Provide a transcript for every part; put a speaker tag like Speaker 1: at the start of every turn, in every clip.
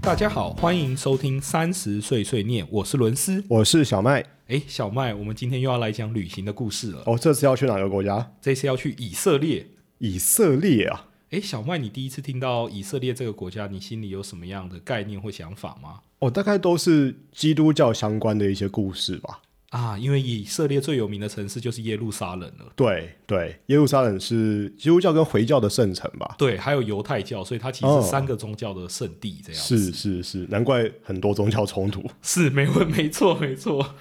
Speaker 1: 大家好，欢迎收听《三十岁碎念》，我是伦斯。
Speaker 2: 我是小麦。
Speaker 1: 哎，小麦，我们今天又要来讲旅行的故事了。
Speaker 2: 哦，这次要去哪个国家？
Speaker 1: 这次要去以色列。
Speaker 2: 以色列啊！
Speaker 1: 哎，小麦，你第一次听到以色列这个国家，你心里有什么样的概念或想法吗？
Speaker 2: 哦，大概都是基督教相关的一些故事吧。
Speaker 1: 啊，因为以色列最有名的城市就是耶路撒冷了。
Speaker 2: 对对，耶路撒冷是基督教跟回教的圣城吧？
Speaker 1: 对，还有犹太教，所以它其实
Speaker 2: 哦
Speaker 1: 是三个宗教的圣地，这样子、
Speaker 2: 是是是，难怪很多宗教冲突。
Speaker 1: 是没问没错没错。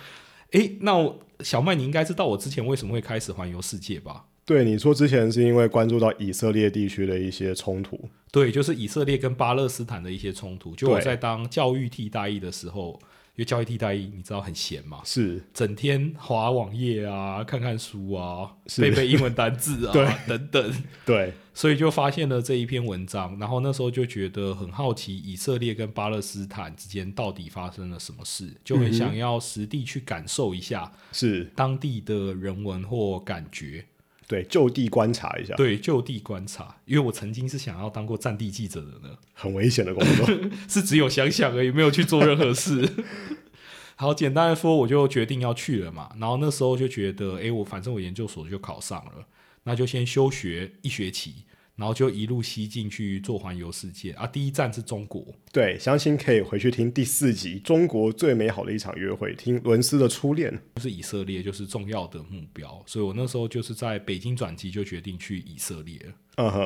Speaker 1: 哎，那我小麦，你应该知道我之前为什么会开始环游世界吧？
Speaker 2: 对，你说之前是因为关注到以色列地区的一些冲突。
Speaker 1: 对，就是以色列跟巴勒斯坦的一些冲突。就我
Speaker 2: 对
Speaker 1: 在当教育替代役的时候，因为教育替代役你知道很闲嘛，
Speaker 2: 是
Speaker 1: 整天划网页啊，看看书啊，
Speaker 2: 是
Speaker 1: 背背英文单字 啊，等等，
Speaker 2: 对，
Speaker 1: 所以就发现了这一篇文章。然后那时候就觉得很好奇，以色列跟巴勒斯坦之间到底发生了什么事，就
Speaker 2: 嗯
Speaker 1: 很想要实地去感受一下
Speaker 2: 是
Speaker 1: 当地的人文或感觉。
Speaker 2: 对，就地观察一下，
Speaker 1: 对，就地观察，因为我曾经是想要当过战地记者的呢。
Speaker 2: 很危险的工作。
Speaker 1: 是只有想想而已，没有去做任何事。 好，简单的说，我就决定要去了嘛。然后那时候就觉得，诶，我反正我研究所就考上了，那就先休学一学期，然后就一路西进去做环游世界啊。第一站是中国，
Speaker 2: 对，相信可以回去听第四集《中国最美好的一场约会》，听伦斯的初恋。
Speaker 1: 就是以色列，就是重要的目标。所以我那时候就是在北京转机，就决定去以色列了。
Speaker 2: 嗯哼，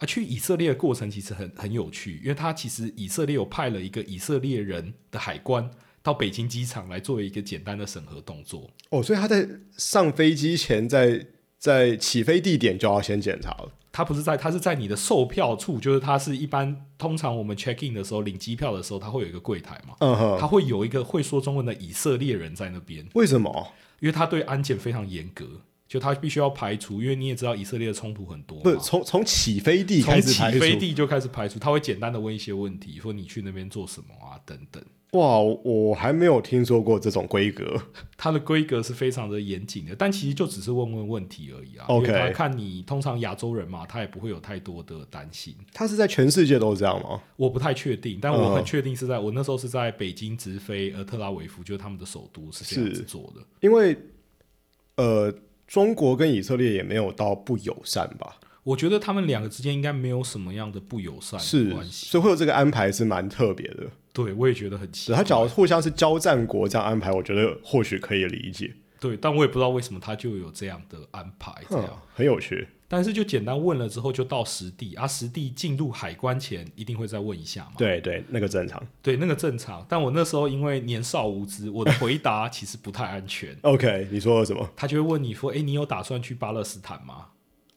Speaker 1: 啊，去以色列的过程其实很很有趣，因为他其实以色列有派了一个以色列人的海关到北京机场来做一个简单的审核动作。
Speaker 2: 哦，所以他在上飞机前在，在起飞地点就要先检查了。
Speaker 1: 它不是在，它是在你的售票处，就是它是一般通常我们 check in 的时候领机票的时候，它会有一个柜台嘛，
Speaker 2: 嗯哼，
Speaker 1: 它会有一个会说中文的以色列人在那边，
Speaker 2: 为什么？
Speaker 1: 因为他对安检非常严格，就他必须要排除，因为你也知道以色列的冲突很多
Speaker 2: 不是
Speaker 1: 嘛，
Speaker 2: 从从起飞地
Speaker 1: 从
Speaker 2: 开始
Speaker 1: 起
Speaker 2: 排除
Speaker 1: 飞地就开始排除，他会简单的问一些问题，说你去那边做什么啊等等，
Speaker 2: 哇，我我还没有听说过这种规格。
Speaker 1: 它的规格是非常的严谨的，但其实就只是问问问题而已啊，因为
Speaker 2: OK
Speaker 1: 他看你通常亚洲人嘛，他也不会有太多的担心。
Speaker 2: 他是在全世界都这样吗？
Speaker 1: 我不太确定，但我
Speaker 2: 嗯
Speaker 1: 很确定是在、我那时候是在北京直飞呃特拉维夫，就是他们的首都是这样子
Speaker 2: 是
Speaker 1: 做的。
Speaker 2: 因为呃，中国跟以色列也没有到不友善吧？
Speaker 1: 我觉得他们两个之间应该没有什么样的不友善的
Speaker 2: 是，
Speaker 1: 关系。
Speaker 2: 所以会有这个安排是蛮特别的。
Speaker 1: 对，我也觉得很奇
Speaker 2: 是
Speaker 1: 怪
Speaker 2: 他。假如互相是交战国这样安排，我觉得或许可以理解。
Speaker 1: 对，但我也不知道为什么他就有这样的安排这
Speaker 2: 嗯
Speaker 1: 样。，
Speaker 2: 很有趣。
Speaker 1: 但是就简单问了之后，就到实地啊，实地进入海关前一定会再问一下嘛。
Speaker 2: 对对，那个正常。
Speaker 1: 对，那个正常。但我那时候因为年少无知，我的回答其实不太安全。
Speaker 2: OK，你说了什么
Speaker 1: 他就会问你说：“哎、你有打算去巴勒斯坦吗？”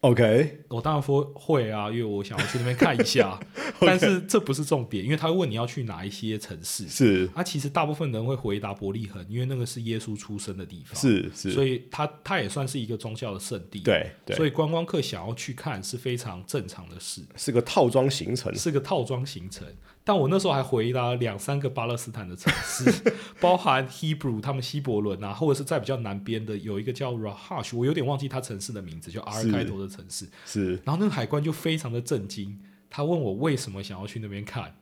Speaker 2: ？OK，
Speaker 1: 我当然说会啊，因为我想要去那边看一 下，啊但是这不是重点，因为他会问你要去哪一些城市。
Speaker 2: 是
Speaker 1: 啊，其实大部分人会回答伯利恒，因为那个是耶稣出生的地方，
Speaker 2: 是是，
Speaker 1: 所以他他也算是一个宗教的圣地。，
Speaker 2: 对对，
Speaker 1: 所以观光客想要去看是非常正常的事，
Speaker 2: 是个套装行程。
Speaker 1: 是个套装行程。但我那时候还回答了两三个巴勒斯坦的城市， 包含 Hebrew 他们希伯伦啊，或者是在比较南边的有一个叫 Rahash，我有点忘记它城市的名字，叫 R
Speaker 2: 是
Speaker 1: 开头的城市。
Speaker 2: 是，
Speaker 1: 然后那个海关就非常的震惊，他问我为什么想要去那边看，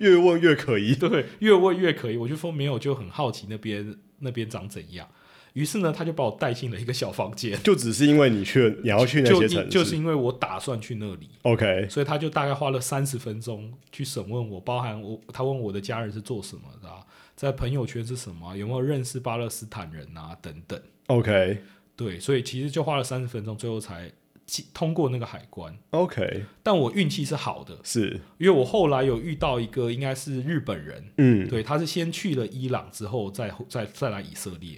Speaker 2: 越问越可疑。
Speaker 1: 对，越问越可疑，我就说没有，就很好奇那边那边长怎样。于是呢，他就把我带进了一个小房间，
Speaker 2: 就只是因为你去你要去那
Speaker 1: 就
Speaker 2: 些城
Speaker 1: 因
Speaker 2: 市，
Speaker 1: 就是因为我打算去那里，
Speaker 2: OK，
Speaker 1: 所以他就大概花了三十分钟去审问我，包含我他问我的家人是做什么的啊、在朋友圈是什么啊、有没有认识巴勒斯坦人啊等等。
Speaker 2: OK
Speaker 1: 对，所以其实就花了三十分钟，最后才进通过那个海关。
Speaker 2: OK，
Speaker 1: 但我运气是好的，
Speaker 2: 是，
Speaker 1: 因为我后来有遇到一个应该是日本人，
Speaker 2: 嗯
Speaker 1: 对，他是先去了伊朗之后再再再来以色列，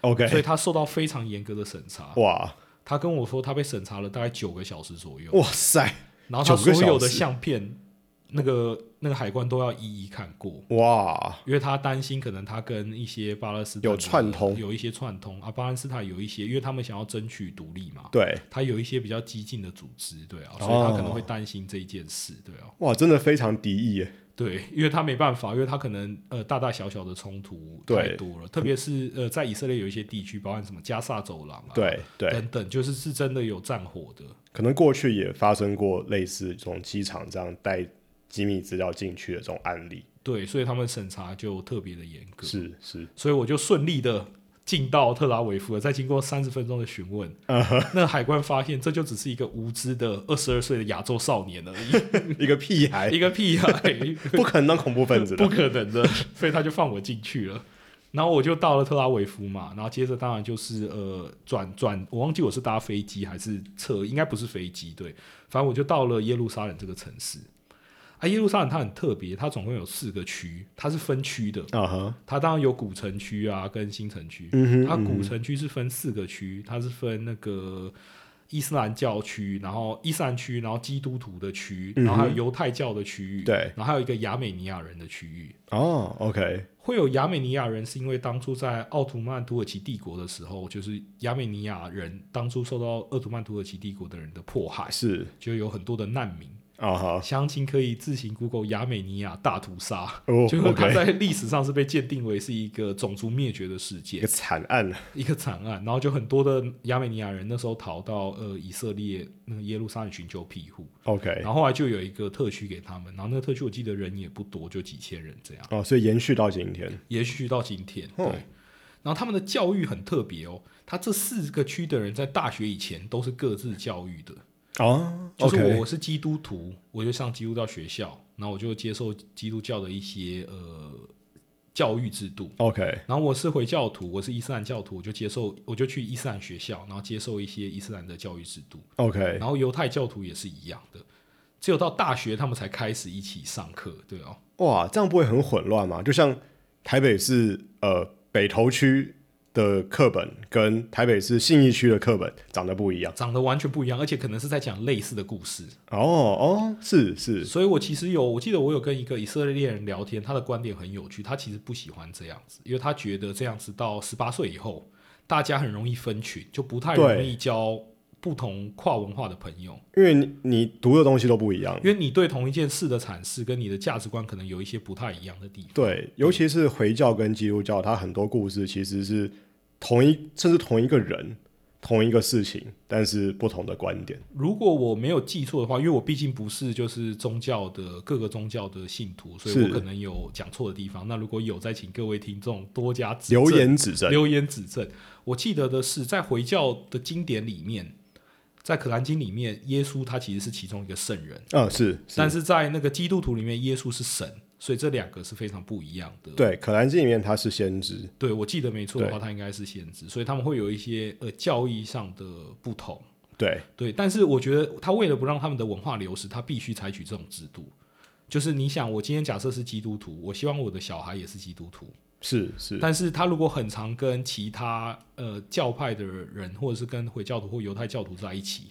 Speaker 1: 所
Speaker 2: ，OK，
Speaker 1: 以他受到非常严格的审查。
Speaker 2: 哇
Speaker 1: 他跟我说他被审查了大概九个小时左右，
Speaker 2: 哇塞，
Speaker 1: 然后他
Speaker 2: 9个小
Speaker 1: 所有的
Speaker 2: 时
Speaker 1: 相片，那个那个海关都要一一看过。
Speaker 2: 哇
Speaker 1: 因为他担心可能他跟一些巴勒斯坦
Speaker 2: 有串通
Speaker 1: 有一些串通啊，巴勒斯坦有一些，因为他们想要争取独立嘛，
Speaker 2: 对
Speaker 1: 他有一些比较激进的组织，对啊，
Speaker 2: 哦
Speaker 1: 所以他可能会担心这一件事，对啊。
Speaker 2: 哇，真的非常敌意耶，
Speaker 1: 对，因为他没办法，因为他可能呃大大小小的冲突太
Speaker 2: 对
Speaker 1: 多了，特别是呃在以色列有一些地区，包含什么加萨走廊啊，
Speaker 2: 对对，
Speaker 1: 等等，就是是真的有战火的。
Speaker 2: 可能过去也发生过类似这种机场这样带机密资料进去的这种案例。
Speaker 1: 对，所以他们审查就特别的严格，
Speaker 2: 是是，
Speaker 1: 所以我就顺利的进到特拉维夫了。再经过三十分钟的询问，
Speaker 2: 嗯
Speaker 1: 那海关发现这就只是一个无知的二十二岁的亚洲少年而已，
Speaker 2: 一个屁孩
Speaker 1: 一个屁啊哎孩，
Speaker 2: 不可能当恐怖分子的
Speaker 1: 不。可能的，所以他就放我进去了。然后我就到了特拉维夫嘛，然后接着当然就是呃转转，我忘记我是搭飞机还是车，应该不是飞机，对，反正我就到了耶路撒冷这个城市。啊，耶路撒冷它很特别，它总共有四个区，它是分区的，
Speaker 2: 啊哈，
Speaker 1: 它当然有古城区啊跟新城区，
Speaker 2: 嗯哼，
Speaker 1: 它
Speaker 2: 嗯
Speaker 1: 古城区是分四个区，它是分那个伊斯兰教区，然后伊斯兰区，然后基督徒的区，然后还有犹太教的区域，
Speaker 2: 嗯对，
Speaker 1: 然后还有一个亚美尼亚人的区域。
Speaker 2: 哦，OK，
Speaker 1: 会有亚美尼亚人，是因为当初在奥图曼土耳其帝国的时候，就是亚美尼亚人当初受到鄂图曼土耳其帝国的人的迫害，
Speaker 2: 是
Speaker 1: 就有很多的难民。
Speaker 2: 啊哈，
Speaker 1: 详情可以自行 Google 亚美尼亚大屠杀，
Speaker 2: 哦
Speaker 1: 就是它
Speaker 2: ，OK，
Speaker 1: 在历史上是被鉴定为是一个种族灭绝的事
Speaker 2: 一
Speaker 1: 件
Speaker 2: 个。惨案
Speaker 1: 一个惨案，然后就很多的亚美尼亚人那时候逃到呃以色列那个耶路撒冷寻求庇护，
Speaker 2: ，OK，
Speaker 1: 然后后来就有一个特区给他们，然后那个特区我记得人也不多，就几千人这样，
Speaker 2: 哦，所以延续到今天，
Speaker 1: 延续到今天。对，
Speaker 2: 哦
Speaker 1: 然后他们的教育很特别哦，他这四个区的人在大学以前都是各自教育的，
Speaker 2: 哦
Speaker 1: 就是我
Speaker 2: ，OK，
Speaker 1: 我是基督徒，我就上基督教学校，然后我就接受基督教的一些呃教育制度，
Speaker 2: OK，
Speaker 1: 然后我是回教徒，我是伊斯兰教徒，我就接受，我就去伊斯兰学校，然后接受一些伊斯兰的教育制度。
Speaker 2: OK，
Speaker 1: 然后犹太教徒也是一样的，只有到大学他们才开始一起上课，对哦，
Speaker 2: 哇，这样不会很混乱吗？就像台北市呃北投区的课本跟台北市信义区的课本长得不一样。
Speaker 1: 长得完全不一样，而且可能是在讲类似的故事。
Speaker 2: 哦哦，是是
Speaker 1: 所以我其实有，我记得我有跟一个以色列人聊天，他的观点很有趣，他其实不喜欢这样子，因为他觉得这样子到十八岁以后，大家很容易分群，就不太容
Speaker 2: 对
Speaker 1: 易交不同跨文化的朋友。
Speaker 2: 因为你你读的东西都不一样。
Speaker 1: 因为你对同一件事的阐释跟你的价值观可能有一些不太一样的地方。
Speaker 2: 对，尤其是回教跟基督教，它很多故事其实是同一，甚至同一个人、同一个事情，但是不同的观点。
Speaker 1: 如果我没有记错的话，因为我毕竟不是就是宗教的各个宗教的信徒，所以
Speaker 2: 是
Speaker 1: 我可能有讲错的地方。那如果有，再请各位听众多加指正
Speaker 2: 留言指正
Speaker 1: 留言指正。我记得的是，在回教的经典里面，在《可兰经》里面，耶稣他其实是其中一个圣人，
Speaker 2: 啊、是是
Speaker 1: 但，是在那个基督徒里面，耶稣是神，所以这两个是非常不一样的。
Speaker 2: 对，《可兰经》里面他是先知，
Speaker 1: 对，我记得没错的话，
Speaker 2: 对
Speaker 1: 它应该是限制，所以他们会有一些呃教义上的不同。
Speaker 2: 对，
Speaker 1: 对，但是我觉得他为了不让他们的文化流失，他必须采取这种制度。就是你想，我今天假设是基督徒，我希望我的小孩也是基督徒，
Speaker 2: 是是，
Speaker 1: 但是他如果很常跟其他呃教派的人，或者是跟回教徒或犹太教徒在一起，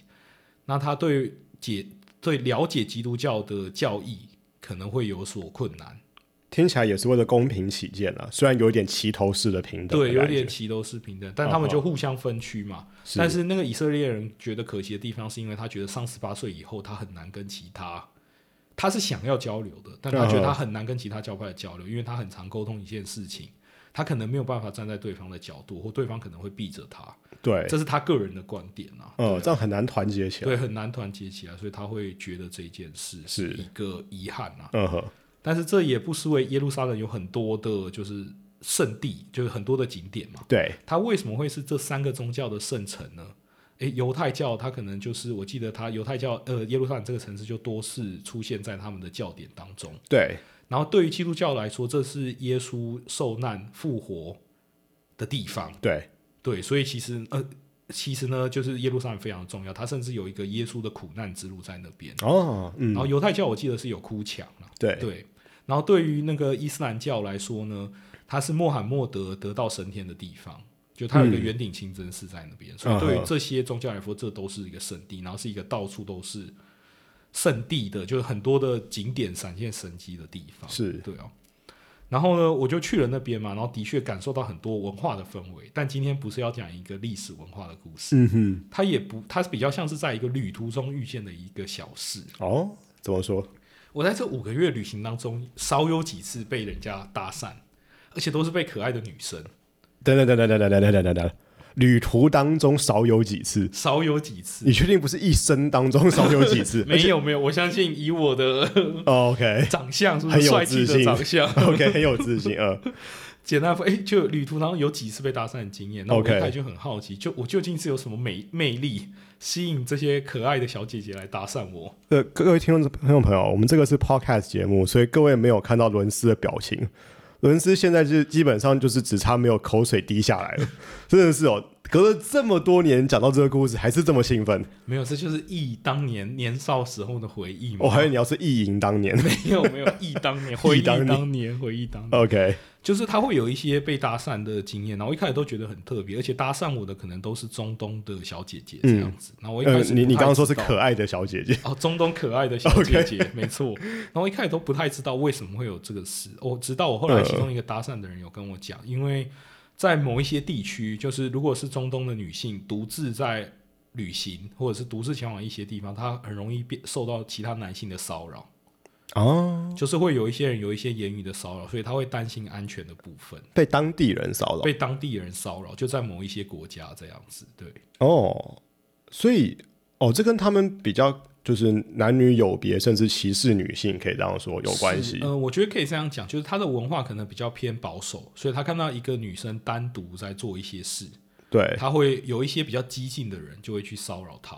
Speaker 1: 那他对解对了解基督教的教义可能会有所困难。
Speaker 2: 听起来也是为了公平起见啊，虽然有点齐头式的平等的
Speaker 1: 对，
Speaker 2: 感觉，
Speaker 1: 有点齐头是平等，但他们就互相分区嘛。
Speaker 2: 是
Speaker 1: 但是那个以色列人觉得可惜的地方，是因为他觉得上十八岁以后，他很难跟其他，他是想要交流的，但他觉得他很难跟其他教派交流，因为他很常沟通一件事情，他可能没有办法站在对方的角度，或对方可能会避着他，
Speaker 2: 对，
Speaker 1: 这是他个人的观点啊。
Speaker 2: 呃，这样很难团结起来。
Speaker 1: 对，啊很难团结起来，所以他会觉得这件事
Speaker 2: 是
Speaker 1: 一个遗憾啊。
Speaker 2: 嗯哼，
Speaker 1: 但是这也不失为耶路撒冷有很多的，就是圣地，就是很多的景点嘛。
Speaker 2: 对，
Speaker 1: 它为什么会是这三个宗教的圣城呢？诶，犹太教它可能就是，我记得它犹太教，呃，耶路撒冷这个城市就多次出现在他们的教典当中。
Speaker 2: 对，
Speaker 1: 然后对于基督教来说，这是耶稣受难复活的地方。
Speaker 2: 对，
Speaker 1: 对，所以其实呃，其实呢，就是耶路撒冷非常重要，它甚至有一个耶稣的苦难之路在那边。
Speaker 2: 哦，嗯
Speaker 1: 然，后犹太教我记得是有哭墙啦
Speaker 2: 对，
Speaker 1: 对，然后对于那个伊斯兰教来说呢，它是穆罕默德得到升天的地方，就它有一
Speaker 2: 嗯
Speaker 1: 个圆顶清真寺在那边，所以对于这些宗教来说，这都是一个圣地，然后是一个到处都是圣地的，就是很多的景点闪现神迹的地方。
Speaker 2: 是
Speaker 1: 对哦。然后呢，我就去了那边嘛，然后的确感受到很多文化的氛围。但今天不是要讲一个历史文化的故事，
Speaker 2: 嗯哼，
Speaker 1: 它也不，它比较像是在一个旅途中遇见的一个小事。
Speaker 2: 哦，怎么说？
Speaker 1: 我在这五个月旅行当中，少有几次被人家搭讪，而且都是被可爱的女生。
Speaker 2: 等等等等等等等等等等，旅途当中少有几次。
Speaker 1: 少有几次。？
Speaker 2: 你确定不是一生当中少有几次
Speaker 1: 没有没有，我相信以我的
Speaker 2: o k
Speaker 1: 长相，是不是
Speaker 2: 很有
Speaker 1: 帅气的
Speaker 2: 自信
Speaker 1: 长相，
Speaker 2: OK，很有自信。呃，
Speaker 1: 简单说，哎、就旅途当中有几次被搭讪的经验，那我
Speaker 2: OK
Speaker 1: 开始就很好奇，就我究竟是有什么美魅力吸引这些可爱的小姐姐来搭讪我？
Speaker 2: 呃，各位听众听众朋友，我们这个是 Podcast 节目，所以各位没有看到伦斯的表情。伦斯现在是基本上就是只差没有口水滴下来了，真的是哦，隔了这么多年讲到这个故事还是这么兴奋。
Speaker 1: 没有，这就是忆当年年少时候的回忆嘛。
Speaker 2: 哦我、还以为你要是意淫当年
Speaker 1: 没 有没有忆当年，回忆
Speaker 2: 忆当年
Speaker 1: 当年，回忆当年，
Speaker 2: ，OK，
Speaker 1: 就是他会有一些被搭讪的经验，然后我一开始都觉得很特别，而且搭讪我的可能都是中东的小姐姐这样子。然后我一
Speaker 2: 呃
Speaker 1: 开，始、
Speaker 2: 你你刚刚说是。可爱的小姐姐，
Speaker 1: 哦，中东可爱的小姐姐没错。然后一开始都不太知道为什么会有这个事，哦，直到我后来其中一个搭讪的人有跟我讲，因为在某一些地区，就是如果是中东的女性独自在旅行，或者是独自前往一些地方，她很容易变受到其他男性的骚扰，
Speaker 2: 哦，
Speaker 1: 就是会有一些人有一些言语的骚扰，所以她会担心安全的部分，
Speaker 2: 被当地人骚扰
Speaker 1: 被当地人骚扰，就在某一些国家这样子，对。
Speaker 2: 哦，所以哦，这跟他们比较就是男女有别，甚至歧视女性，可以这样说有关系
Speaker 1: 嗯、。呃我觉得可以这样讲，就是他的文化可能比较偏保守，所以他看到一个女生单独在做一些事，
Speaker 2: 对
Speaker 1: 他会有一些比较激进的人就会去骚扰她。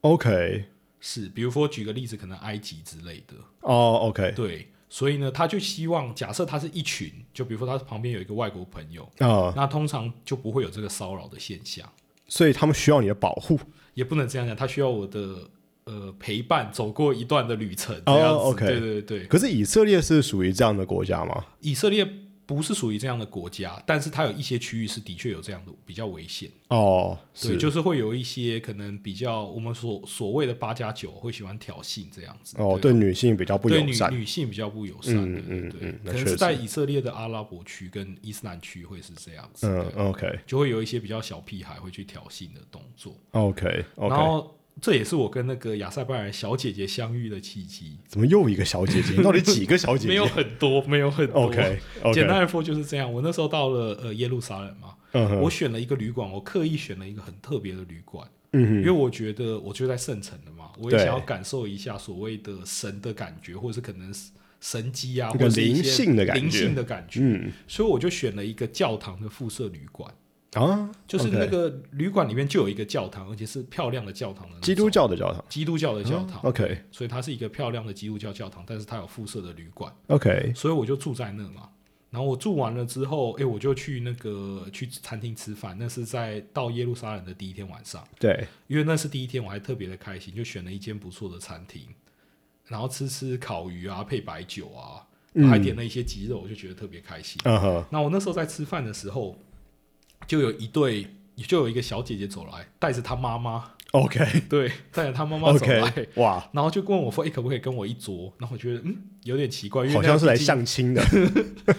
Speaker 2: ，OK，
Speaker 1: 是，比如说举个例子，可能埃及之类的，
Speaker 2: 哦，OK，
Speaker 1: 对。所以呢，他就希望，假设他是一群，就比如说他旁边有一个外国朋友，
Speaker 2: 啊、
Speaker 1: 那通常就不会有这个骚扰的现象。
Speaker 2: 所以他们需要你的保护。
Speaker 1: 也不能这样讲，他需要我的呃陪伴，走过一段的旅程这
Speaker 2: 哦
Speaker 1: 样子。
Speaker 2: ，OK
Speaker 1: 对对对，
Speaker 2: 可是以色列是属于这样的国家吗？
Speaker 1: 以色列不是属于这样的国家，但是它有一些区域是的确有这样的比较危险，
Speaker 2: 哦，
Speaker 1: 对，
Speaker 2: 是，
Speaker 1: 就是会有一些可能比较我们所所谓的八加九会喜欢挑衅这样子，
Speaker 2: 哦，
Speaker 1: 对
Speaker 2: 对女性比较不
Speaker 1: 对
Speaker 2: 友
Speaker 1: 女
Speaker 2: 善。
Speaker 1: 女性比较不友善，
Speaker 2: 嗯
Speaker 1: 对对
Speaker 2: 嗯
Speaker 1: 对
Speaker 2: 嗯，那
Speaker 1: 可能
Speaker 2: 确
Speaker 1: 是
Speaker 2: 实
Speaker 1: 在以色列的阿拉伯区跟伊斯兰区会是这样子，对
Speaker 2: 嗯，OK，OK，OK，、
Speaker 1: 就会有一些比较小屁孩会去挑衅的动作，然
Speaker 2: OK，OK
Speaker 1: 后。这也是我跟那个亚塞拜然小姐姐相遇的契机，
Speaker 2: 怎么又一个小姐姐？到底几个小姐姐？
Speaker 1: 没有很多，没有很多。
Speaker 2: OK，OK，、
Speaker 1: 简单来说就是这样。我那时候到了呃耶路撒冷嘛，
Speaker 2: 嗯哼
Speaker 1: 我选了一个旅馆，我刻意选了一个很特别的旅馆，
Speaker 2: 嗯
Speaker 1: 因
Speaker 2: 哼，
Speaker 1: 为我觉得我就在圣城了嘛，我也
Speaker 2: 对
Speaker 1: 想要感受一下所谓的神的感觉，或者是可能是神机啊，
Speaker 2: 一
Speaker 1: 或
Speaker 2: 个
Speaker 1: 者是一些
Speaker 2: 灵性的感觉
Speaker 1: 灵性的感觉。
Speaker 2: 嗯
Speaker 1: 所以我就选了一个教堂的附设旅馆，
Speaker 2: 啊，
Speaker 1: 就是那
Speaker 2: OK
Speaker 1: 个旅馆里面就有一个教堂，而且是漂亮的教堂的那种
Speaker 2: 基督教嗯的教堂。哦
Speaker 1: 基督教的教堂。
Speaker 2: OK，OK，、
Speaker 1: 所以它是一个漂亮的基督教教堂，但是它有附设的旅馆。所以我就住在那嘛。然后我住完了之后，哎，我就去那个去餐厅吃饭，那是在到耶路撒冷的第一天晚上，
Speaker 2: 对，
Speaker 1: 因为那是第一天，我还特别的开心，就选了一间不错的餐厅，然后吃吃烤鱼啊，配白酒啊，然后还点了一些鸡肉，我就觉得特别开心。
Speaker 2: 嗯哼，
Speaker 1: 那我那时候在吃饭的时候，就有一对，就有一个小姐姐走来，带着她妈妈，
Speaker 2: OK，OK，、
Speaker 1: 对， 带着她妈妈走来。
Speaker 2: 哇，
Speaker 1: 然后就问我说：“哎、可不可以跟我一桌？”然后我觉得嗯，有点奇怪，因为
Speaker 2: 好
Speaker 1: 那
Speaker 2: 像是来
Speaker 1: 毕竟
Speaker 2: 相亲的。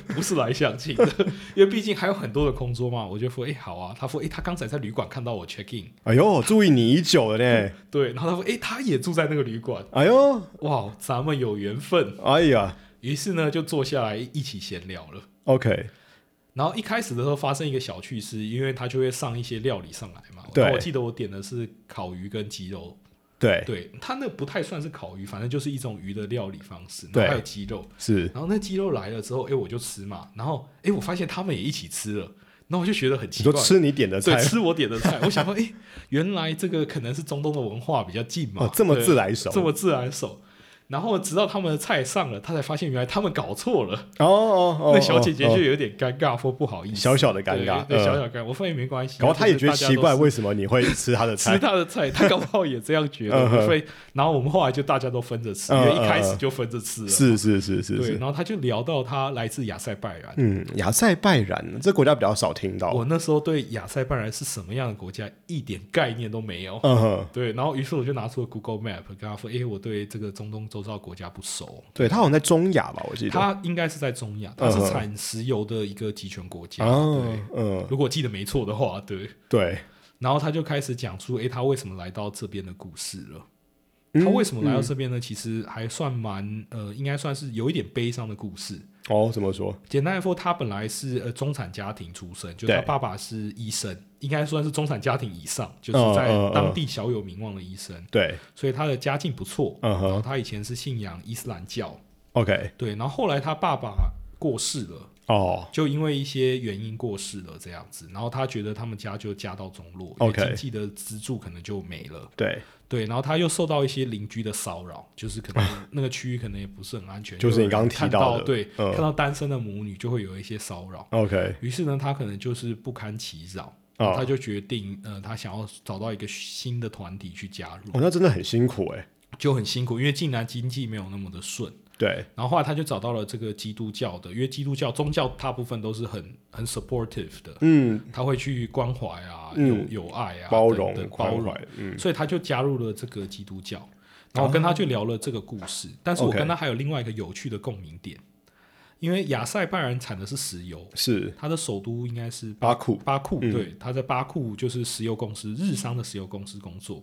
Speaker 1: 不是来相亲的， 因为毕竟还有很多的空桌嘛。我就说，哎、好啊。他说，哎、他刚才在旅馆看到我 check in，
Speaker 2: 哎呦，注意你已久了呢。
Speaker 1: 对，然后他说，哎、他也住在那个旅馆，
Speaker 2: 哎呦，
Speaker 1: 哇，咱们有缘分。
Speaker 2: 哎呀
Speaker 1: 于是呢，就坐下来一起闲聊了。
Speaker 2: ，OK，
Speaker 1: 然后一开始的时候发生一个小趣事，因为他就会上一些料理上来嘛。
Speaker 2: 对
Speaker 1: 然后我记得我点的是烤鱼跟鸡肉，
Speaker 2: 对，
Speaker 1: 对他那不太算是烤鱼，反正就是一种鱼的料理方式，然
Speaker 2: 对
Speaker 1: 后还有鸡肉。
Speaker 2: 是
Speaker 1: 然后那鸡肉来了之后，哎、我就吃嘛。然后，哎、我发现他们也一起吃了，然后我就觉得很
Speaker 2: 你
Speaker 1: 奇
Speaker 2: 说
Speaker 1: 怪。
Speaker 2: 吃你点的
Speaker 1: 对，
Speaker 2: 菜
Speaker 1: 吃我点的菜。 我想说，哎、原来这个可能是中东的文化比较近嘛，
Speaker 2: 哦，这么
Speaker 1: 对
Speaker 2: 自来熟
Speaker 1: 这么自然熟。然后直到他们的菜上了，他才发现原来他们搞错了。
Speaker 2: 哦哦哦，
Speaker 1: 那小姐姐
Speaker 2: 哦
Speaker 1: 就有点尴尬，说不好意思，
Speaker 2: 小小的尴尬
Speaker 1: 对，对
Speaker 2: 嗯
Speaker 1: 小小尴尬。我发现没关系，啊
Speaker 2: 然后他也觉得
Speaker 1: 就是大家
Speaker 2: 奇怪，
Speaker 1: 都是
Speaker 2: 为什么你会吃他的
Speaker 1: 吃
Speaker 2: 菜？
Speaker 1: 他的菜，他搞不好也这样觉
Speaker 2: 嗯
Speaker 1: 得。
Speaker 2: 哼
Speaker 1: 所以，然后我们后来就大家都分着吃，因
Speaker 2: 嗯
Speaker 1: 为一开
Speaker 2: 嗯
Speaker 1: 始
Speaker 2: 嗯
Speaker 1: 就分着吃了。
Speaker 2: 是 是是是
Speaker 1: 对，
Speaker 2: 是，
Speaker 1: 然后他就聊到他来自亚塞拜然。
Speaker 2: 嗯，亚塞拜然这国家比较少听到，
Speaker 1: 我那时候对亚塞拜然是什么样的国家一点概念都没有。
Speaker 2: 嗯哼，
Speaker 1: 对，然后于是我就拿出了 Google Map，跟他说：“诶，我对这个中东周遭国家不熟。
Speaker 2: 对他好像在中亚吧，我记得，嗯
Speaker 1: 它应该是在中亚，它是产石油的一个集权国家。
Speaker 2: 哦
Speaker 1: 对，，
Speaker 2: 嗯，
Speaker 1: 如果记得没错的话，对。
Speaker 2: 对，
Speaker 1: 然后他就开始讲出：诶，他为什么来到这边的故事了。
Speaker 2: 嗯
Speaker 1: 他为什么来到这边呢？其实还算蛮呃，应该算是有一点悲伤的故事。
Speaker 2: 哦，怎么说？
Speaker 1: 简单来说，他本来是呃中产家庭出身，就是他
Speaker 2: 对
Speaker 1: 爸爸是医生，应该算是中产家庭以上，就
Speaker 2: 嗯
Speaker 1: 是在
Speaker 2: 嗯嗯
Speaker 1: 当地小有名望的医生，
Speaker 2: 对，
Speaker 1: 所以他的家境不错。
Speaker 2: 嗯
Speaker 1: 然后
Speaker 2: 哼
Speaker 1: 他以前是信仰伊斯兰教，
Speaker 2: ，OK，
Speaker 1: 对，然后后来他爸爸过世了，
Speaker 2: 哦，
Speaker 1: 就因为一些原因过世了这样子，然后他觉得他们家就家道中落因为
Speaker 2: OK
Speaker 1: 经济的资助可能就没了，
Speaker 2: 对，
Speaker 1: 对，然后他又受到一些邻居的骚扰，就是可能那个区域可能也不是很安全，
Speaker 2: 啊就是你刚刚提
Speaker 1: 看
Speaker 2: 到
Speaker 1: 到
Speaker 2: 的
Speaker 1: 对，
Speaker 2: 嗯
Speaker 1: 看到单身的母女就会有一些骚扰，
Speaker 2: ，OK，
Speaker 1: 于是呢，他可能就是不堪其扰，
Speaker 2: 啊、
Speaker 1: 他就决定呃，他想要找到一个新的团体去加入，
Speaker 2: 哦，那真的很辛苦哎、
Speaker 1: 就很辛苦，因为竟然经济没有那么的顺。
Speaker 2: 对，
Speaker 1: 然后后来他就找到了这个基督教的，因为基督教宗教大部分都是很很 supportive 的，
Speaker 2: 嗯，
Speaker 1: 他会去关怀啊，
Speaker 2: 嗯
Speaker 1: 有有爱啊，
Speaker 2: 包
Speaker 1: 等
Speaker 2: 容
Speaker 1: 等
Speaker 2: 宽
Speaker 1: 包容，
Speaker 2: 怀，嗯，
Speaker 1: 所以他就加入了这个基督教，然后跟他去聊了这个故事。但是我
Speaker 2: 哦 OK
Speaker 1: 跟他还有另外一个有趣的共鸣点，因为亚塞拜然产的是石油，
Speaker 2: 是
Speaker 1: 它的首都应该是
Speaker 2: 巴库，
Speaker 1: 巴库，
Speaker 2: 嗯
Speaker 1: 对，他在巴库就是石油公司日商的石油公司工作，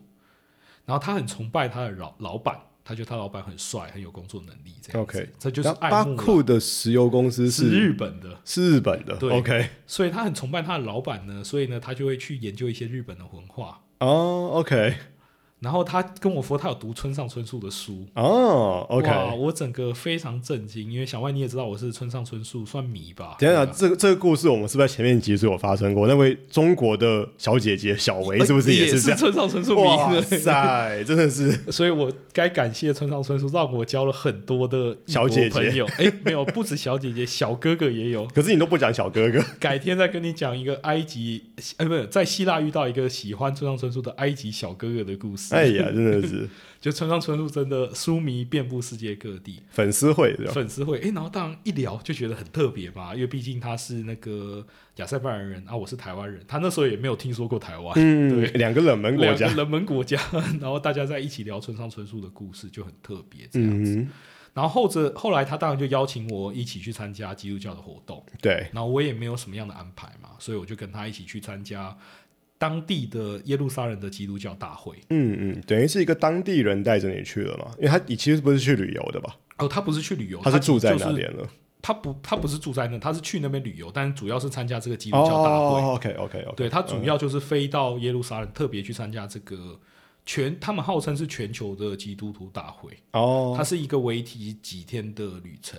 Speaker 1: 然后他很崇拜他的老老板，他觉得他老板很帅，很有工作能力，这样子
Speaker 2: OK
Speaker 1: 这就是
Speaker 2: 那
Speaker 1: 爱
Speaker 2: 巴
Speaker 1: 慕啊
Speaker 2: 库的石油公司
Speaker 1: 是
Speaker 2: 是
Speaker 1: 日本的，
Speaker 2: 是日本的
Speaker 1: 对
Speaker 2: ，OK，
Speaker 1: 所以他很崇拜他的老板呢，所以呢，他就会去研究一些日本的文化。
Speaker 2: 哦，OK，
Speaker 1: 然后他跟我说，他有读村上春树的书。
Speaker 2: 哦
Speaker 1: 哇，
Speaker 2: ，OK，
Speaker 1: 我整个非常震惊，因为小外你也知道我是村上春树算迷吧？
Speaker 2: 等一下，
Speaker 1: 对吧啊
Speaker 2: 这个这个故事我们是不是在前面集数有发生过？那位中国的小姐姐小维是不是
Speaker 1: 呃也
Speaker 2: 是这样？
Speaker 1: 村上春树
Speaker 2: 哇
Speaker 1: 迷？对
Speaker 2: 塞，真的是
Speaker 1: 所以我该感谢村上春树，让我交了很多的异
Speaker 2: 小
Speaker 1: 国
Speaker 2: 姐姐
Speaker 1: 朋友。哎，没有，不止小姐姐，小哥哥也有。
Speaker 2: 可是你都不讲小 哥哥，
Speaker 1: 改天再跟你讲一个埃及，哎，不是在希腊遇到一个喜欢村上春树的埃及小哥哥的故事。
Speaker 2: 哎呀，，真的是
Speaker 1: 就村上春树真的书迷遍布世界各地，
Speaker 2: 粉丝会对吧？啊
Speaker 1: 粉丝会哎，诶然后当然一聊就觉得很特别嘛，因为毕竟他是那个亚塞拜然人啊，我是台湾人，他那时候也没有听说过台湾。
Speaker 2: 嗯
Speaker 1: 对，
Speaker 2: 两个冷门国
Speaker 1: 两个
Speaker 2: 家，
Speaker 1: 冷门国家， 然后大家在一起聊村上春树的故事，就很特别这样子。
Speaker 2: 嗯，
Speaker 1: 然后后者后来他当然就邀请我一起去参加基督教的活动，
Speaker 2: 对，
Speaker 1: 然后我也没有什么样的安排嘛，所以我就跟他一起去参加当地的耶路撒冷的基督教大会。
Speaker 2: 嗯嗯，等于是一个当地人带着你去了嘛，因为他你其实不是去旅游的吧？
Speaker 1: 哦，他不是去旅游，
Speaker 2: 他是住在
Speaker 1: 就
Speaker 2: 那
Speaker 1: 是
Speaker 2: 边了。
Speaker 1: 他不，他不是住在那，他是去那边旅游，但主要是参加这个基督教大会。
Speaker 2: 哦，OK OK OK，嗯
Speaker 1: 对他主要就是飞到耶路撒冷，特别去参加这个全，他们号称是全球的基督徒大会。
Speaker 2: 哦，
Speaker 1: 它是一个为期几天的旅程。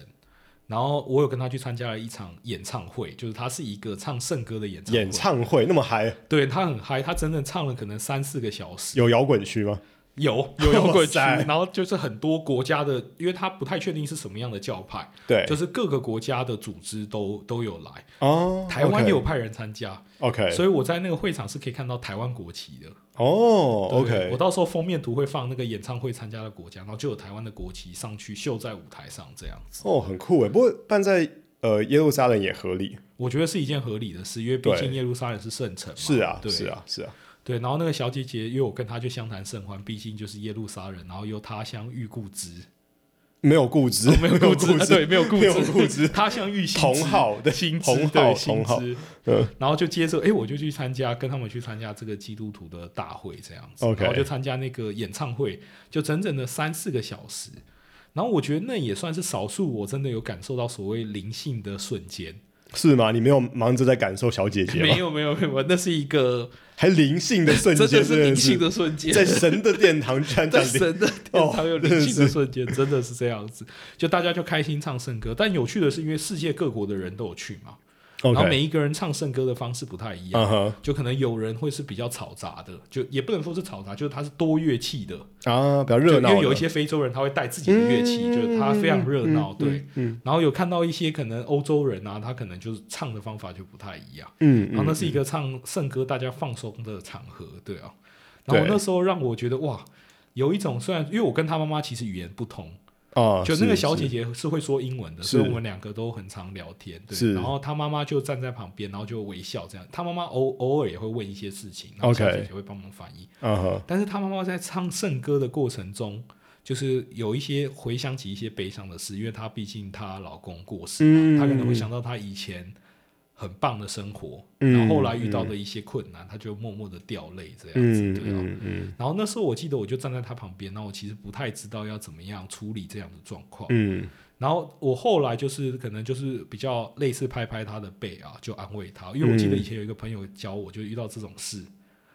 Speaker 1: 然后我有跟他去参加了一场演唱会，就是他是一个唱圣歌的演唱会，
Speaker 2: 演唱会那么嗨，
Speaker 1: 对他很嗨，他整整唱了可能三四个小时，
Speaker 2: 有摇滚区吗？
Speaker 1: 有有摇滚区，
Speaker 2: 哇塞
Speaker 1: 然后就是很多国家的，因为他不太确定是什么样的教派，
Speaker 2: 对，
Speaker 1: 就是各个国家的组织都都有来，
Speaker 2: 哦，
Speaker 1: 台湾也有派人参加，
Speaker 2: OK，
Speaker 1: 所以我在那个会场是可以看到台湾国旗的。
Speaker 2: 哦
Speaker 1: 对我
Speaker 2: ，OK，
Speaker 1: 到时候封面图会放那个演唱会参加的国家，然后就有台湾的国旗上去秀在舞台上这样子。
Speaker 2: 哦，很酷诶。不过办在呃耶路撒冷也合理，
Speaker 1: 我觉得是一件合理的事，因为毕
Speaker 2: 对
Speaker 1: 竟耶路撒冷是圣城嘛。
Speaker 2: 是啊，
Speaker 1: 对
Speaker 2: 是，啊，是啊，
Speaker 1: 对。然后那个小姐姐，因为我跟她就相谈甚欢，毕竟就是耶路撒冷，然后又他乡遇故知，
Speaker 2: 没有固执，
Speaker 1: 没有故知，啊对，没有故
Speaker 2: 没有
Speaker 1: 知，
Speaker 2: 固 执
Speaker 1: 他乡遇新
Speaker 2: 同号对
Speaker 1: 新知，
Speaker 2: 同
Speaker 1: 对
Speaker 2: 号
Speaker 1: 新
Speaker 2: 同号，
Speaker 1: 知。
Speaker 2: 嗯
Speaker 1: 然后就接着，哎，我就去参加，跟他们去参加这个基督徒的大会，这样子。
Speaker 2: OK
Speaker 1: 然后就参加那个演唱会，就整整的三四个小时。然后我觉得那也算是少数，我真的有感受到所谓灵性的瞬间。
Speaker 2: 是吗？你没有忙着在感受小姐 姐
Speaker 1: 没
Speaker 2: 吗？
Speaker 1: 有，没有，没有，那是一个
Speaker 2: 还灵性的瞬间，
Speaker 1: 真的是灵
Speaker 2: 真
Speaker 1: 性的瞬间，
Speaker 2: 在神的 殿堂居然这
Speaker 1: 在
Speaker 2: 样灵
Speaker 1: 神
Speaker 2: 哦
Speaker 1: 的殿堂有灵性的瞬间，真的是这样子。就大家就开心唱圣歌，但有趣的是，因为世界各国的人都有去嘛，然后
Speaker 2: ，OK，
Speaker 1: 每一个人唱圣歌的方式不太一样。
Speaker 2: 嗯哼
Speaker 1: 就可能有人会是比较嘈杂的，就也不能说是嘈杂，就是他是多乐器的，
Speaker 2: 啊，比较
Speaker 1: 就
Speaker 2: 热闹
Speaker 1: 因
Speaker 2: 的，
Speaker 1: 为有一些非洲人他会带自己的乐器，
Speaker 2: 嗯
Speaker 1: 就是他非常热闹，
Speaker 2: 嗯
Speaker 1: 对。
Speaker 2: 嗯
Speaker 1: 然后有看到一些可能欧洲人啊，他可能就是唱的方法就不太一样。
Speaker 2: 嗯，
Speaker 1: 然后那
Speaker 2: 嗯
Speaker 1: 是一个唱圣歌大家放松的场合，对啊。然后
Speaker 2: 对
Speaker 1: 那时候让我觉得哇，有一种虽然因为我跟她妈妈其实语言不通，
Speaker 2: 啊，
Speaker 1: 就那个
Speaker 2: 是
Speaker 1: 小姐
Speaker 2: 是
Speaker 1: 姐是会说英文的，
Speaker 2: 是
Speaker 1: 所以我们两个都很常聊天。对，
Speaker 2: 是
Speaker 1: 然后她妈妈就站在旁边，然后就微笑这样。她妈妈偶偶尔也会问一些事情，然后
Speaker 2: OK
Speaker 1: 小姐姐会帮忙翻译。
Speaker 2: 嗯哼，
Speaker 1: 但是她妈妈在唱圣歌的过程中，就是有一些回想起一些悲伤的事，因为她毕竟她老公过世
Speaker 2: 嗯
Speaker 1: 嘛，她可能会想到她以前很棒的生活，
Speaker 2: 嗯
Speaker 1: 然后后来遇到的一些困难，她就默默的掉泪这样子，
Speaker 2: 嗯
Speaker 1: 对啊。
Speaker 2: 嗯嗯
Speaker 1: 然后那时候我记得我就站在她旁边，那我其实不太知道要怎么样处理这样的状况。
Speaker 2: 嗯，
Speaker 1: 然后我后来就是可能就是比较类似拍拍他的背啊，就安慰他，因为我记得以前有一个朋友教我，就遇到这种事，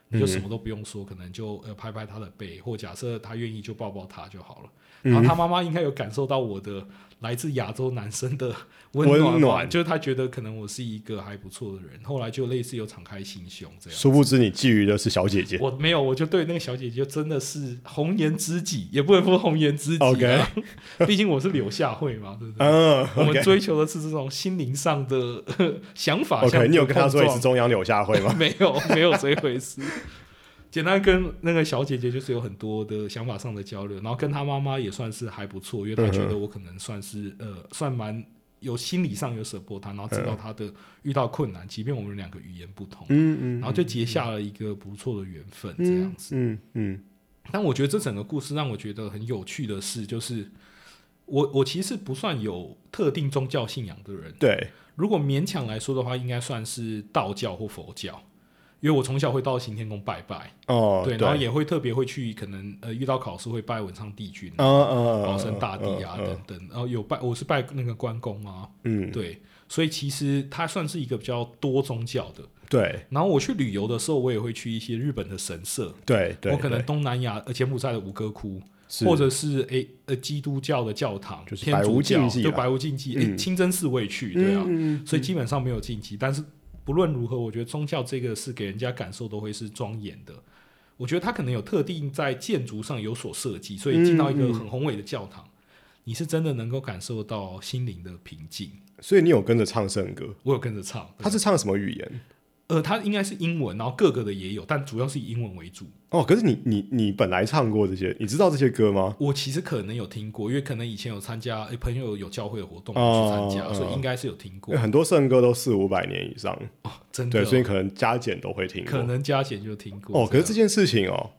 Speaker 1: 你就什么都不用说，可能就呃拍拍他的背，或假设他愿意就抱抱他就好了。
Speaker 2: 嗯
Speaker 1: 然后他妈妈应该有感受到我的来自亚洲男生的温
Speaker 2: 温
Speaker 1: 暖吧，
Speaker 2: 暖
Speaker 1: 就是他觉得可能我是一个还不错的人，后来就类似有敞开心胸这样。
Speaker 2: 殊不知你觊觎的是小姐姐。
Speaker 1: 我没有，我就对那个小姐姐就真的是红颜知己，也不能说红颜知己、啊。
Speaker 2: OK
Speaker 1: 毕竟我是柳下惠嘛，对不对？
Speaker 2: 嗯
Speaker 1: 我们
Speaker 2: ，OK
Speaker 1: 追求的是这种心灵上的 呵想法上
Speaker 2: OK，
Speaker 1: 的
Speaker 2: 你有跟她说你 是
Speaker 1: 碰
Speaker 2: 中央柳下惠吗
Speaker 1: 撞？没有， 没有这一回事。简单跟那个小姐姐就是有很多的想法上的交流，然后跟她妈妈也算是还不错，因为她觉得我可能算是、呃算蛮有心理上有 support 她，然后知道她的遇到困难，即便我们两个语言不同，
Speaker 2: 嗯
Speaker 1: 然后就结下了一个不错的缘分，这样
Speaker 2: 嗯
Speaker 1: 子。
Speaker 2: 嗯嗯
Speaker 1: 但我觉得这整个故事让我觉得很有趣的是，就是我我其实不算有特定宗教信仰的人，
Speaker 2: 对，
Speaker 1: 如果勉强来说的话，应该算是道教或佛教，因为我从小会到行天宫拜拜，
Speaker 2: 哦
Speaker 1: 对，然后也会特别会去可能呃遇到考试会拜文昌帝君、
Speaker 2: 嗯嗯，
Speaker 1: 啊保生大帝啊
Speaker 2: 嗯嗯
Speaker 1: 等等，然后有拜我是拜那个关公啊，
Speaker 2: 嗯，
Speaker 1: 对，所以其实它算是一个比较多宗教的。
Speaker 2: 对
Speaker 1: 然后我去旅游的时候，我也会去一些日本的神社，
Speaker 2: 对对，
Speaker 1: 我可能
Speaker 2: 对
Speaker 1: 东南亚呃柬埔寨的吴哥窟，
Speaker 2: 是
Speaker 1: 或者是诶呃基督教的教堂，
Speaker 2: 就是
Speaker 1: 天
Speaker 2: 百
Speaker 1: 主
Speaker 2: 无
Speaker 1: 教
Speaker 2: 禁忌
Speaker 1: 就
Speaker 2: 啦
Speaker 1: 百无禁忌。诶，
Speaker 2: 嗯
Speaker 1: 清真寺我也去，对啊，所以基本上没有禁忌。但是不论如何，我觉得宗教这个是给人家感受都会是庄严的。我觉得它可能有特定在建筑上有所设计，所以进到一
Speaker 2: 嗯
Speaker 1: 个很宏伟的教堂，你是真的能够感受到心灵的平静。
Speaker 2: 所以你有跟着唱圣歌，
Speaker 1: 我有跟着唱，
Speaker 2: 他是唱什么语言？
Speaker 1: 呃，它应该是英文，然后各个的也有，但主要是以英文为主。
Speaker 2: 哦，可是你你你本来唱过这些，你知道这些歌吗？
Speaker 1: 我其实可能有听过，因为可能以前有参加、诶朋友有教会的活动，我
Speaker 2: 哦
Speaker 1: 去参加，所以
Speaker 2: 哦
Speaker 1: 应该是有听过
Speaker 2: 因为。很多圣歌都四五百年以上，
Speaker 1: 哦，真的
Speaker 2: 对，
Speaker 1: 哦，
Speaker 2: 所以可能加减都会听过
Speaker 1: 可。能加减就听过
Speaker 2: 哦，可是这件事情哦，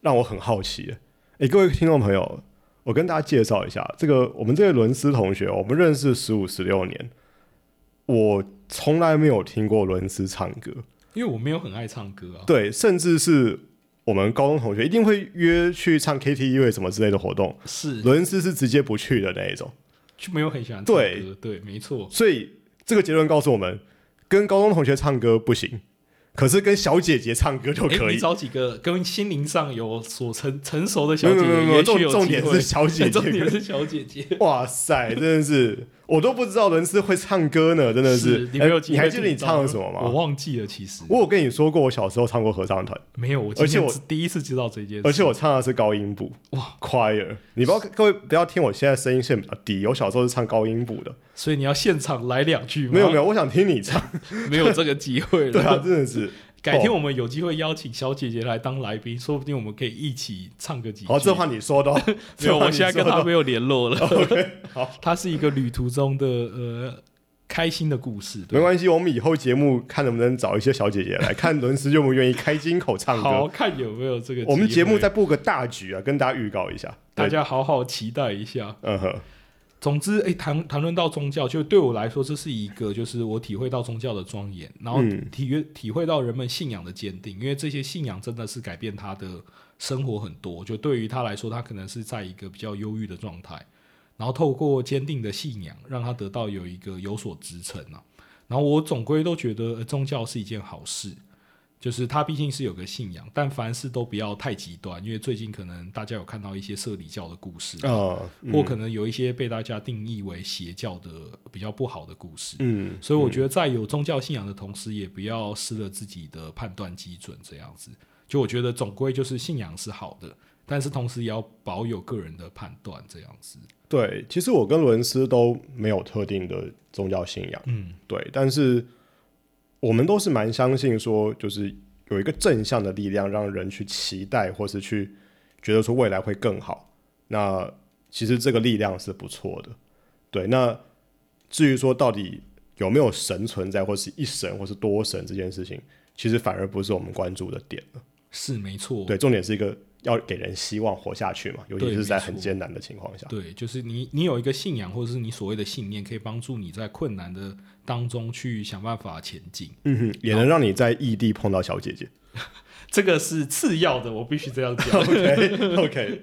Speaker 2: 让我很好奇。哎，各位听众朋友，我跟大家介绍一下，这个我们这位伦斯同学，我们认识十五十六年，我从来没有听过伦斯唱歌，
Speaker 1: 因为我没有很爱唱歌啊，
Speaker 2: 对，甚至是我们高中同学一定会约去唱 KTV 什么之类的活动，
Speaker 1: 是
Speaker 2: 伦斯是直接不去的那一种。
Speaker 1: 就没有很喜欢唱
Speaker 2: 对
Speaker 1: 歌，对，没错，
Speaker 2: 所以这个结论告诉我们，跟高中同学唱歌不行，可是跟小姐姐唱歌就
Speaker 1: 诶
Speaker 2: 可
Speaker 1: 哎你
Speaker 2: 以。
Speaker 1: 找几个跟心灵上有所成成熟的
Speaker 2: 没
Speaker 1: 小
Speaker 2: 有
Speaker 1: 姐
Speaker 2: 没有没有
Speaker 1: 姐，
Speaker 2: 没有，
Speaker 1: 也许有
Speaker 2: 重重
Speaker 1: 机
Speaker 2: 点
Speaker 1: 会
Speaker 2: 是小 姐
Speaker 1: 重点
Speaker 2: 姐。
Speaker 1: 是小姐姐，
Speaker 2: 哇塞，真的是，我都不知道伦斯会唱歌呢，真的是。
Speaker 1: 你没有
Speaker 2: 哎
Speaker 1: 机会
Speaker 2: 你还记得你
Speaker 1: 听到
Speaker 2: 唱了什么
Speaker 1: 我
Speaker 2: 吗？
Speaker 1: 忘记了，其实
Speaker 2: 我有跟你说过，我小时候唱过合唱团，
Speaker 1: 没有，我
Speaker 2: 而且
Speaker 1: 今天
Speaker 2: 我
Speaker 1: 是第一次知道这件事，
Speaker 2: 而且我唱的是高音部，
Speaker 1: 哇
Speaker 2: ，choir。你不要各位不要听我现在声音线比较低，我小时候是唱高音部的。
Speaker 1: 所以你要现场来两句吗？
Speaker 2: 没有没有，我想听你 唱。
Speaker 1: 有，没有这个机会了。
Speaker 2: 对啊，真哦的是。
Speaker 1: 改天我们有机会邀请小姐姐来当来宾，说不定我们可以一起唱个几句。
Speaker 2: 好，这话你说的哦。
Speaker 1: 没有，
Speaker 2: 这话
Speaker 1: 我
Speaker 2: 你
Speaker 1: 现在跟
Speaker 2: 说的
Speaker 1: 他
Speaker 2: 哦
Speaker 1: 没有联络 了。
Speaker 2: 好，
Speaker 1: 他是一个旅途中的呃开心的故事，
Speaker 2: 没
Speaker 1: 对吧，
Speaker 2: 关系，我们以后节目看能不能找一些小姐姐来看，伦斯愿不愿意开金口唱
Speaker 1: 好
Speaker 2: 歌。
Speaker 1: 看有没有这个机会。
Speaker 2: 我们节目再布个大局啊，跟大家预告一下。
Speaker 1: 大
Speaker 2: 对，
Speaker 1: 家好好期待一下。
Speaker 2: 嗯哼，
Speaker 1: 总之，哎，谈谈论到宗教，就对我来说，这是一个就是我体会到宗教的庄严，然后
Speaker 2: 嗯
Speaker 1: 体会、体会到人们信仰的坚定，因为这些信仰真的是改变他的生活很多。就对于他来说，他可能是在一个比较忧郁的状态，然后透过坚定的信仰，让他得到有一个有所支撑啊。然后我总归都觉得、呃宗教是一件好事，就是它毕竟是有个信仰，但凡事都不要太极端，因为最近可能大家有看到一些社里教的故事，
Speaker 2: 啊，
Speaker 1: 或可能有一些被大家定义为邪教的比较不好的故事。
Speaker 2: 嗯，
Speaker 1: 所以我觉得，在有宗教信仰的同时，也不要失了自己的判断基准，这样子。就我觉得，总归就是信仰是好的，但是同时也要保有个人的判断，这样子。
Speaker 2: 对，其实我跟伦斯都没有特定的宗教信仰，
Speaker 1: 嗯，
Speaker 2: 对，但是我们都是蛮相信说，就是有一个正向的力量，让人去期待或是去觉得说未来会更好。那其实这个力量是不错的，对。那至于说到底有没有神存在，或是一神，或是多神这件事情，其实反而不是我们关注的点了。
Speaker 1: 是没错。
Speaker 2: 对，重点是一个要给人希望活下去嘛，尤其
Speaker 1: 对
Speaker 2: 是在
Speaker 1: 没错
Speaker 2: 很艰难的情况下。
Speaker 1: 对，就是你，你有一个信仰，或者是你所谓的信念，可以帮助你在困难的当中去想办法前进。
Speaker 2: 嗯哼，也能让你在异地碰 到小姐姐。
Speaker 1: 这个是次要的，我必须这样讲。
Speaker 2: OK OK，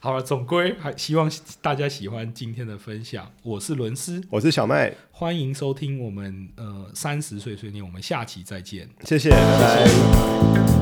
Speaker 1: 好了，总归还希望大家喜欢今天的分享。我是伦斯，
Speaker 2: 我是小麦，
Speaker 1: 欢迎收听我们呃三十岁碎念，我们下期再见。
Speaker 2: 谢谢，拜拜。